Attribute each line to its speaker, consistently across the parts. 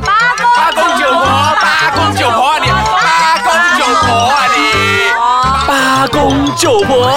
Speaker 1: 八公九婆，八公九婆啊你，八公九婆啊你，
Speaker 2: 八公九婆，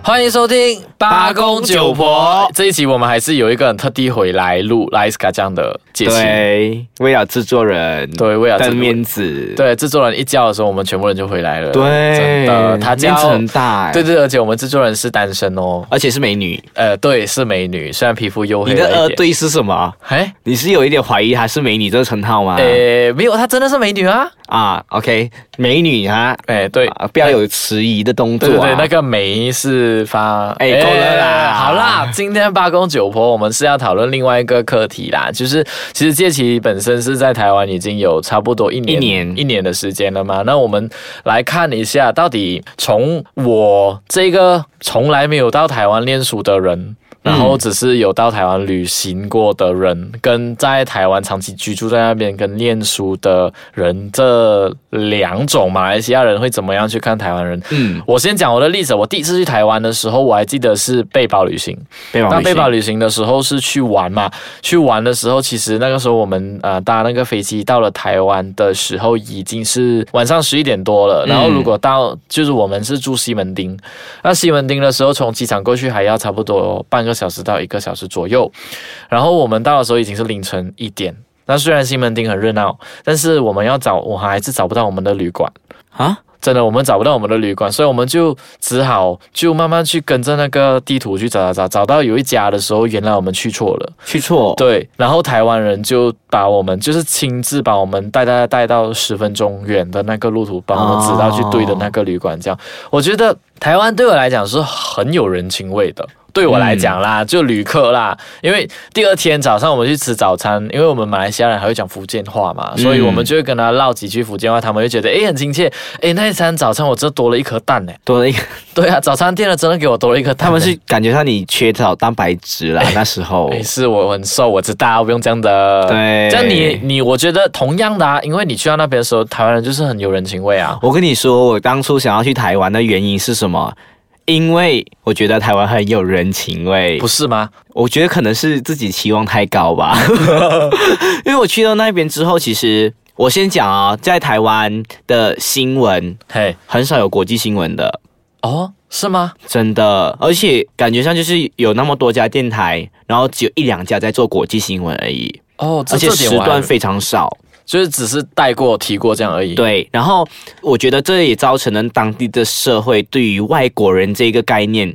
Speaker 3: 欢迎收听《八公九婆》这一期，我们还是有一个人特地回来录莱斯卡这样的解析。
Speaker 2: 对，为了制作人，
Speaker 3: 对为了制
Speaker 2: 的
Speaker 3: 作人
Speaker 2: 面子，
Speaker 3: 对，制作人一叫的时候，我们全部人就回来了。真
Speaker 2: 对，
Speaker 3: 的，他叫
Speaker 2: 面子很大、哎
Speaker 3: 对，对，而且我们制作人是单身哦。
Speaker 2: 而且是美女。
Speaker 3: 呃，对，是美女，虽然皮肤黝黑
Speaker 2: 你的
Speaker 3: 了
Speaker 2: 呃
Speaker 3: 一点。
Speaker 2: 对是什么？
Speaker 3: 哎，
Speaker 2: 你是有一点怀疑她是美女这个称号吗？
Speaker 3: 呃，没有，她真的是美女啊。
Speaker 2: 啊，OK，美女啊，
Speaker 3: 哎，对，
Speaker 2: 啊不要有迟疑的动作、
Speaker 3: 对
Speaker 2: 啊。
Speaker 3: 对对，那个梅是发
Speaker 2: 哎够了啦
Speaker 3: 好啦，今天八公九婆，我们是要讨论另外一个课题啦，就是其实借期本身是在台湾已经有差不多一年
Speaker 2: 一年
Speaker 3: 一年的时间了嘛，那我们来看一下，到底从我这个从来没有到台湾念书的人。然后只是有到台湾旅行过的人，跟在台湾长期居住在那边跟念书的人，这两种马来西亚人会怎么样去看台湾人？
Speaker 2: 嗯，
Speaker 3: 我先讲我的例子，我第一次去台湾的时候，我还记得是背包旅行。
Speaker 2: 背包
Speaker 3: 那
Speaker 2: 哦旅行
Speaker 3: 背包旅行的时候是去玩嘛？去玩的时候，其实那个时候我们呃搭那个飞机到了台湾的时候，已经是晚上十一点多了。
Speaker 2: 嗯
Speaker 3: 然后如果到就是我们是住西门町，那西门町的时候从机场过去还要差不多半个小时到一个小时左右。然后我们到的时候已经是凌晨一点。那虽然西门町很热闹，但是我们要找，我还是找不到我们的旅馆。
Speaker 2: 啊，
Speaker 3: 真的，我们找不到我们的旅馆，所以我们就只好就慢慢去跟着那个地图去找找找，找到有一家的时候，原来我们去错了。
Speaker 2: 去错。
Speaker 3: 对，然后台湾人就把我们就是亲自把我们带带带到十分钟远的那个路途，帮我们指到去对的那个旅馆。这样，我觉得台湾对我来讲是很有人情味的。对我来讲啦，
Speaker 2: 嗯
Speaker 3: 就旅客啦，因为第二天早上我们去吃早餐，因为我们马来西亚人还会讲福建话嘛，
Speaker 2: 嗯
Speaker 3: 所以我们就会跟他唠几句福建话，他们就觉得诶很亲切。诶，那一餐早餐我真的多了一颗蛋呢、
Speaker 2: 多了一个，
Speaker 3: 对啊，早餐店的真的给我多了一颗蛋、
Speaker 2: 他们
Speaker 3: 欸
Speaker 2: 是感觉到你缺少蛋白质啦，那时候
Speaker 3: 没事，我很瘦，我知道，不用这样的。
Speaker 2: 对
Speaker 3: 像你你，我觉得同样的啊，因为你去到那边的时候，台湾人就是很有人情味啊。
Speaker 2: 我跟你说，我当初想要去台湾的原因是什么？因为我觉得台湾很有人情味
Speaker 3: 不，是吗？
Speaker 2: 我觉得可能是自己期望太高吧。 因为我去到那边之后，其实我先讲啊、在台湾的新闻
Speaker 3: 嘿，
Speaker 2: 很少有国际新闻的，
Speaker 3: 哦，是吗？
Speaker 2: 真的，而且感觉上就是有那么多家电台，然后只有一两家在做国际新闻而已，
Speaker 3: 哦，这
Speaker 2: 而且
Speaker 3: 这
Speaker 2: 时
Speaker 3: 点我还
Speaker 2: 段非常少。
Speaker 3: 就是只是带过提过这样而已。，
Speaker 2: 对，然后我觉得这也造成了当地的社会对于外国人这个概念，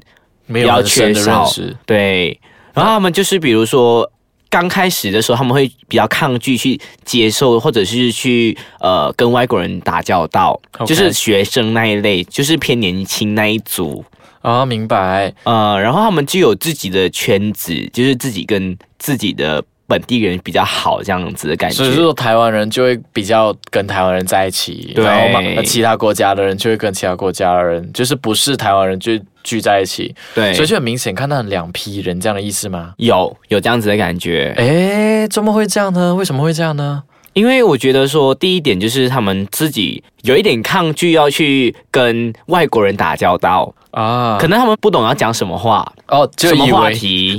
Speaker 3: 没有
Speaker 2: 比较
Speaker 3: 很深的
Speaker 2: 缺少
Speaker 3: 认识。
Speaker 2: 对，然后他们就是比如说。刚开始的时候，他们会比较抗拒去接受，或者是去呃跟外国人打交道
Speaker 3: OK
Speaker 2: 就是学生那一类，就是偏年轻那一族。
Speaker 3: 哦，明白。
Speaker 2: 呃，然后他们就有自己的圈子，就是自己跟自己的本地人比较好这样子的感觉。
Speaker 3: 所以说，台湾人就会比较跟台湾人在一起，
Speaker 2: 对
Speaker 3: 然后嘛，那其他国家的人就会跟其他国家的人，就是不是台湾人就聚在一起，
Speaker 2: 对，
Speaker 3: 所以就很明显看到两批人这样的意思吗？
Speaker 2: 有有这样子的感觉。
Speaker 3: 诶，怎么会这样呢？为什么会这样呢？
Speaker 2: 因为我觉得说，第一点就是他们自己有一点抗拒要去跟外国人打交道，
Speaker 3: 啊，
Speaker 2: 可能他们不懂要讲什么话，
Speaker 3: 哦，就
Speaker 2: 什么
Speaker 3: 以
Speaker 2: 话
Speaker 3: 为
Speaker 2: 题。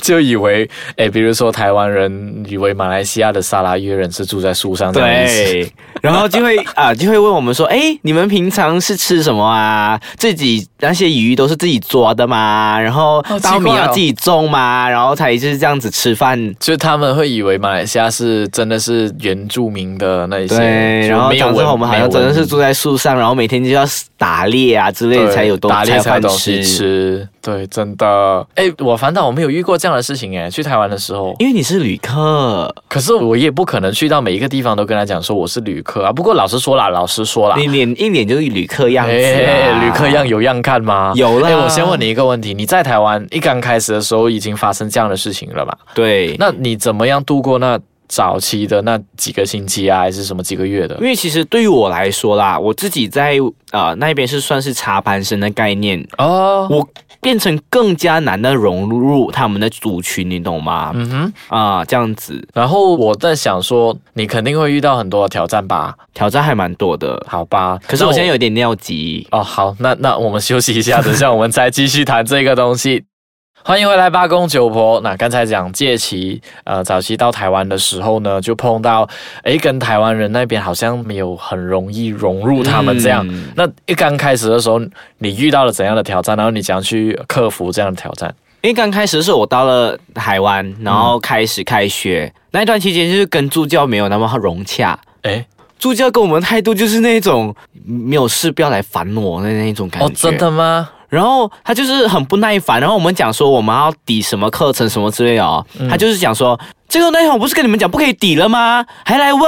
Speaker 3: 就以为，哎，比如说台湾人以为马来西亚的沙拉越人是住在树上这样的意思，
Speaker 2: 对，然后就会啊，就会问我们说，哎，你们平常是吃什么啊？自己那些鱼都是自己抓的吗？然后
Speaker 3: 好奇怪哦
Speaker 2: 稻米要自己种吗？然后才就是这样子吃饭。
Speaker 3: 就他们会以为马来西亚是真的是原住民的那一些，
Speaker 2: 对，
Speaker 3: 就
Speaker 2: 然后
Speaker 3: 没有
Speaker 2: 讲
Speaker 3: 文
Speaker 2: 说哦我们好像真的是住在树上，然后每天就要打猎啊之
Speaker 3: 没
Speaker 2: 类
Speaker 3: 有文
Speaker 2: 的才有东
Speaker 3: 打猎才有
Speaker 2: 有
Speaker 3: 东
Speaker 2: 饭
Speaker 3: 西
Speaker 2: 吃。
Speaker 3: 吃，对，真的，哎，我反倒我没有遇过这样的事情，哎，去台湾的时候，
Speaker 2: 因为你是旅客，
Speaker 3: 可是我也不可能去到每一个地方都跟他讲说我是旅客啊。不过老实说啦，老实说啦，
Speaker 2: 你脸一脸就是旅客样子、啊，
Speaker 3: 哎旅客样有样看吗？
Speaker 2: 有啦
Speaker 3: 哎我先问你一个问题：你在台湾一刚开始的时候已经发生这样的事情了嘛？
Speaker 2: 对。
Speaker 3: 那你怎么样度过那早期的那几个星期啊，还是什么几个月的
Speaker 2: 因为其实对于我来说啦，我自己在啊那边是算是插班生的概念，
Speaker 3: 哦？
Speaker 2: 我变成更加难的融入他们的族群，你懂吗？
Speaker 3: 嗯哼，
Speaker 2: 啊、这样子
Speaker 3: 然后我在想说，你肯定会遇到很多挑战吧？
Speaker 2: 挑战还蛮多的。
Speaker 3: 好吧，
Speaker 2: 可是我现在
Speaker 3: 有
Speaker 2: 有点尿急，
Speaker 3: 哦，好，那那我们休息一下，等一下我们再继续谈这个东西。 欢迎回来，八公九婆。那刚才讲借期，呃，早期到台湾的时候呢，就碰到，诶，跟台湾人那边好像没有很容易融入他们这样。
Speaker 2: 嗯
Speaker 3: 那一刚开始的时候，你遇到了怎样的挑战？然后你怎样去克服这样的挑战？
Speaker 2: 因为刚开始的时候，我到了台湾，然后开始开学、那一段期间，就是跟助教没有那么融洽。
Speaker 3: 诶，
Speaker 2: 助教跟我们态度就是那种没有事不要来烦我的那一种感觉。
Speaker 3: 哦，真。的吗？
Speaker 2: 然后他就是很不耐烦，然后我们讲说我们要抵什么课程什么之类的哦，
Speaker 3: 嗯
Speaker 2: 他就是讲说这个内容我不是跟你们讲不可以抵了吗？还来问？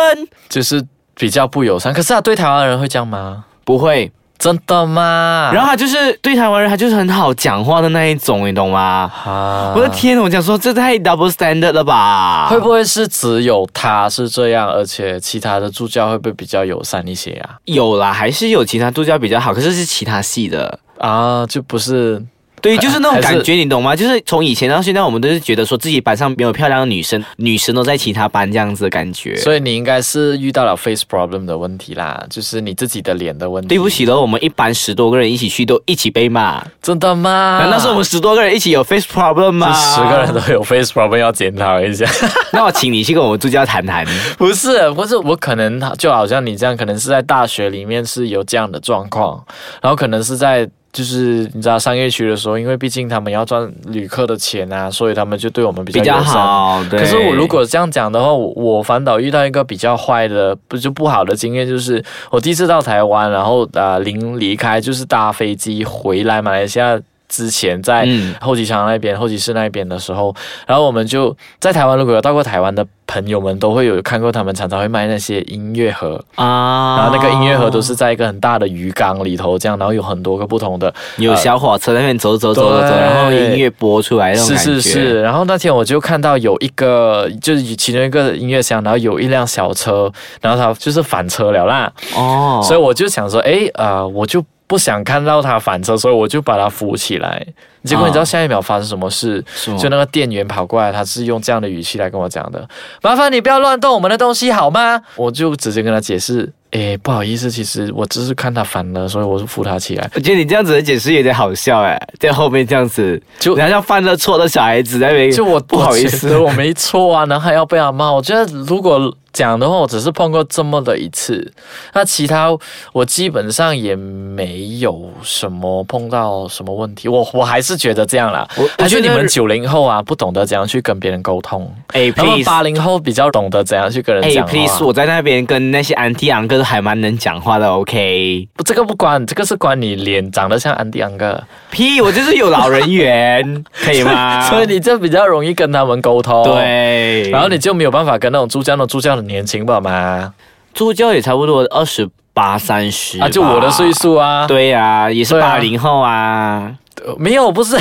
Speaker 3: 就是比较不友善。可是啊，对台湾人会这样吗？
Speaker 2: 不会。
Speaker 3: 真的吗？
Speaker 2: 然后他就是对台湾人，他就是很好讲话的那一种，你懂吗？
Speaker 3: 啊
Speaker 2: 我的天，我讲说这太 double standard 了吧？
Speaker 3: 会不会是只有他是这样，而且其他的助教会不会比较友善一些啊？
Speaker 2: 有啦，还是有其他助教比较好，可是是其他系的。
Speaker 3: 啊，就不是
Speaker 2: 对，就是那种
Speaker 3: 还是
Speaker 2: 感觉，你懂吗？就是从以前到现在，我们都是觉得说自己班上没有漂亮的女生，女生都在其他班这样子的感觉。
Speaker 3: 所以你应该是遇到了 face problem 的问题啦，就是你自己的脸的问题。
Speaker 2: 对不，起了，我们一班十多个人一起去，都一起被骂。
Speaker 3: 真的吗？
Speaker 2: 难道是我们十多个人一起有 face problem 吗？
Speaker 3: 这啊十个人，都有 face problem 要检讨一下？
Speaker 2: 那我请你去跟我们助教谈谈。
Speaker 3: 不是，不是，我可能就好像你这样，可能是在大学里面是有这样的状况，然后可能是在。就是你知道商业区的时候，因为毕竟他们要赚旅客的钱啊，所以他们就对我们比较
Speaker 2: 比较
Speaker 3: 友善
Speaker 2: 好，对。
Speaker 3: 可是我如果这样讲的话，我我反倒遇到一个比较坏的，不就不好的经验，就是我第一次到台湾，然后呃临离开就是搭飞机回来马来西亚。之前在
Speaker 2: 嗯
Speaker 3: 候机场那边、候机室那边的时候，然后我们就在台湾，如果有到过台湾的朋友们，都会有看过他们常常会卖那些音乐盒，
Speaker 2: 啊，
Speaker 3: 然后那个音乐盒都是在一个很大的鱼缸里头，这样，然后有很多个不同的，
Speaker 2: 有小火车在那边走走走走走，
Speaker 3: 对
Speaker 2: 然后音乐播出来那种
Speaker 3: 是
Speaker 2: 感觉。
Speaker 3: 是是，然后那天我就看到有一个，就是其中一个音乐箱，然后有一辆小车，然后它就是反车了啦，
Speaker 2: 哦，
Speaker 3: 所以我就想说，诶，呃，我就不想看到它反车，所以我就把它扶起来。结果你知道
Speaker 2: 啊
Speaker 3: 下一秒发生什么事？
Speaker 2: 是吗
Speaker 3: 就那个店员跑过来，他是用这样的语气来跟我讲的：“麻烦你不要乱动我们的东西好吗？”我就直接跟他解释：“诶，不好意思，其实我只是看它反了，所以我就扶它起来。”
Speaker 2: 我觉得你这样子的解释有点好笑哎，在后面这样子，
Speaker 3: 就
Speaker 2: 就人家犯了错的小孩子在那边，
Speaker 3: 就我
Speaker 2: 不好意思
Speaker 3: 我觉得我没错啊，然后还要被他骂。我觉得如果讲的话，我只是碰过这么的一次，那其他我基本上也没有什么碰到什么问题。我我还是觉得这样啦，
Speaker 2: 我
Speaker 3: 还是
Speaker 2: 我
Speaker 3: 你
Speaker 2: 觉得
Speaker 3: 们九零后啊，不懂得怎样去跟别人沟通，
Speaker 2: 哎
Speaker 3: 他们
Speaker 2: please
Speaker 3: 八零后比较懂得怎样去跟人
Speaker 2: 哎
Speaker 3: 讲话。
Speaker 2: please，我在那边跟那些 auntie uncle 都还蛮能讲话的，OK？
Speaker 3: 不这个不关，这个是关你脸长得像安迪安哥，
Speaker 2: 屁，我就是有老 人缘，可以吗？
Speaker 3: 所以你就比较容易跟他们沟
Speaker 2: 哦
Speaker 3: 通。。
Speaker 2: 啊对，
Speaker 3: 然后你就没有办法跟那种助教，那种助教很年轻吧嘛，
Speaker 2: 助教也差不多二十八三十
Speaker 3: 啊，就我的岁。数啊，
Speaker 2: 对呀、啊，也是
Speaker 3: 对啊
Speaker 2: 八零后 啊！
Speaker 3: 没有，不是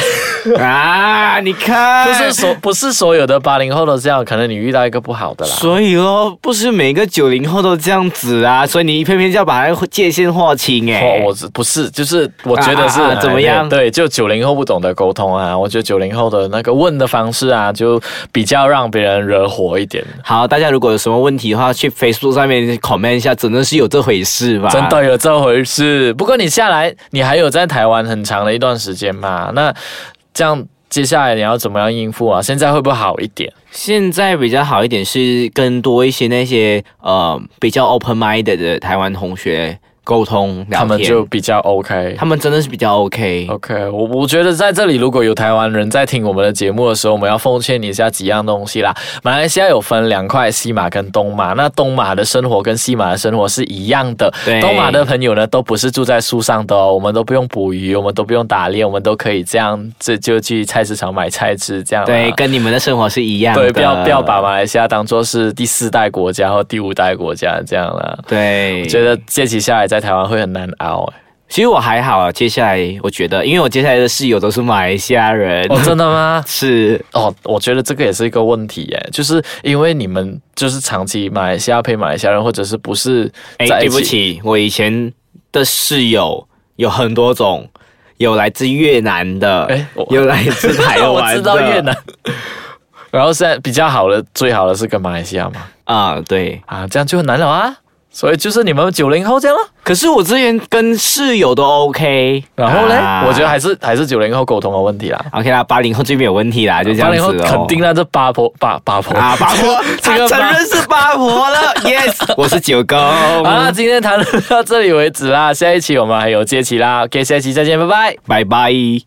Speaker 2: 啊，你看，
Speaker 3: 不是所不是所有的八零后都这样，可能你遇到一个不好的啦。
Speaker 2: 所以哦，不是每个九零后都这样子啊，所以你偏偏就要把那个界限划清哎、
Speaker 3: 哦我我是不是就是我觉得是、
Speaker 2: 啊啊啊怎么样
Speaker 3: 对，就九零后不懂得沟通啊，我觉得九零后的那个问的方式啊，就比较让别人惹火一点。
Speaker 2: 好，大家如果有什么问题的话，去 Facebook 上面 comment 一下，真的是有这回事吧？
Speaker 3: 真的有这回事。不过你下来，你还有在台湾很长的一段时间嘛？那这样接下来你要怎么样应付啊？现在会不会好一点？
Speaker 2: 现在比较好一点是更多一些那些呃比较 open minded 的台湾同学沟通聊天，
Speaker 3: 他们就比较 OK。
Speaker 2: 他们真的是比较 OK。
Speaker 3: OK，我我觉得在这里如果有台湾人在听我们的节目的时候，我们要奉劝你一下几样东西啦。马来西亚有分两块，西马跟东马。那东马的生活跟西马的生活是一样的。
Speaker 2: 对
Speaker 3: 东马的朋友呢，都不是住在树上的哦，我们都不用捕鱼，我们都不用打猎，我们都可以这样，这就去菜市场买菜吃，这样啦。
Speaker 2: 对，跟你们的生活是一样的。
Speaker 3: 对，不要不要把马来西亚当做是第四代国家或第五代国家这样啦。
Speaker 2: 对，
Speaker 3: 觉得借期下来在台湾会很难熬、欸。
Speaker 2: 其实我还好啊。接下来我觉得，因为我接下来的室友都是马来西亚人，
Speaker 3: 哦，真的吗？
Speaker 2: 是
Speaker 3: 哦，我觉得这个也是一个问题耶，就是因为你们就是长期马来西亚配马来西亚人，或者是不是
Speaker 2: 哎，
Speaker 3: 在一
Speaker 2: 对不
Speaker 3: 起，
Speaker 2: 起，我以前的室友有很多种，有来自越南的，
Speaker 3: 哎我
Speaker 2: 有来自台 湾
Speaker 3: 我
Speaker 2: 的，
Speaker 3: 知道越南。 然后现在比较好的，最好的是跟马来西亚嘛，
Speaker 2: 啊、对，
Speaker 3: 啊，这样就很难了啊。所以就是你们九零后这样了。
Speaker 2: 可是我之前跟室友都 OK，
Speaker 3: 然后嘞，
Speaker 2: 啊
Speaker 3: 我觉得还是还是九零后沟通的问题啦。
Speaker 2: OK 啦，八零后这边有问题啦，就这样
Speaker 3: 啊八
Speaker 2: 子
Speaker 3: 零后
Speaker 2: 哦。
Speaker 3: 肯定啦，这八婆八八婆
Speaker 2: 啊，八婆，
Speaker 3: 这
Speaker 2: 他
Speaker 3: 个
Speaker 2: 承认是八婆了，Yes，我是 九公。
Speaker 3: 好啦，啊今天谈论到这里为止啦，下一期我们还有接期啦，OK，下一期再见，拜拜。
Speaker 2: 拜拜。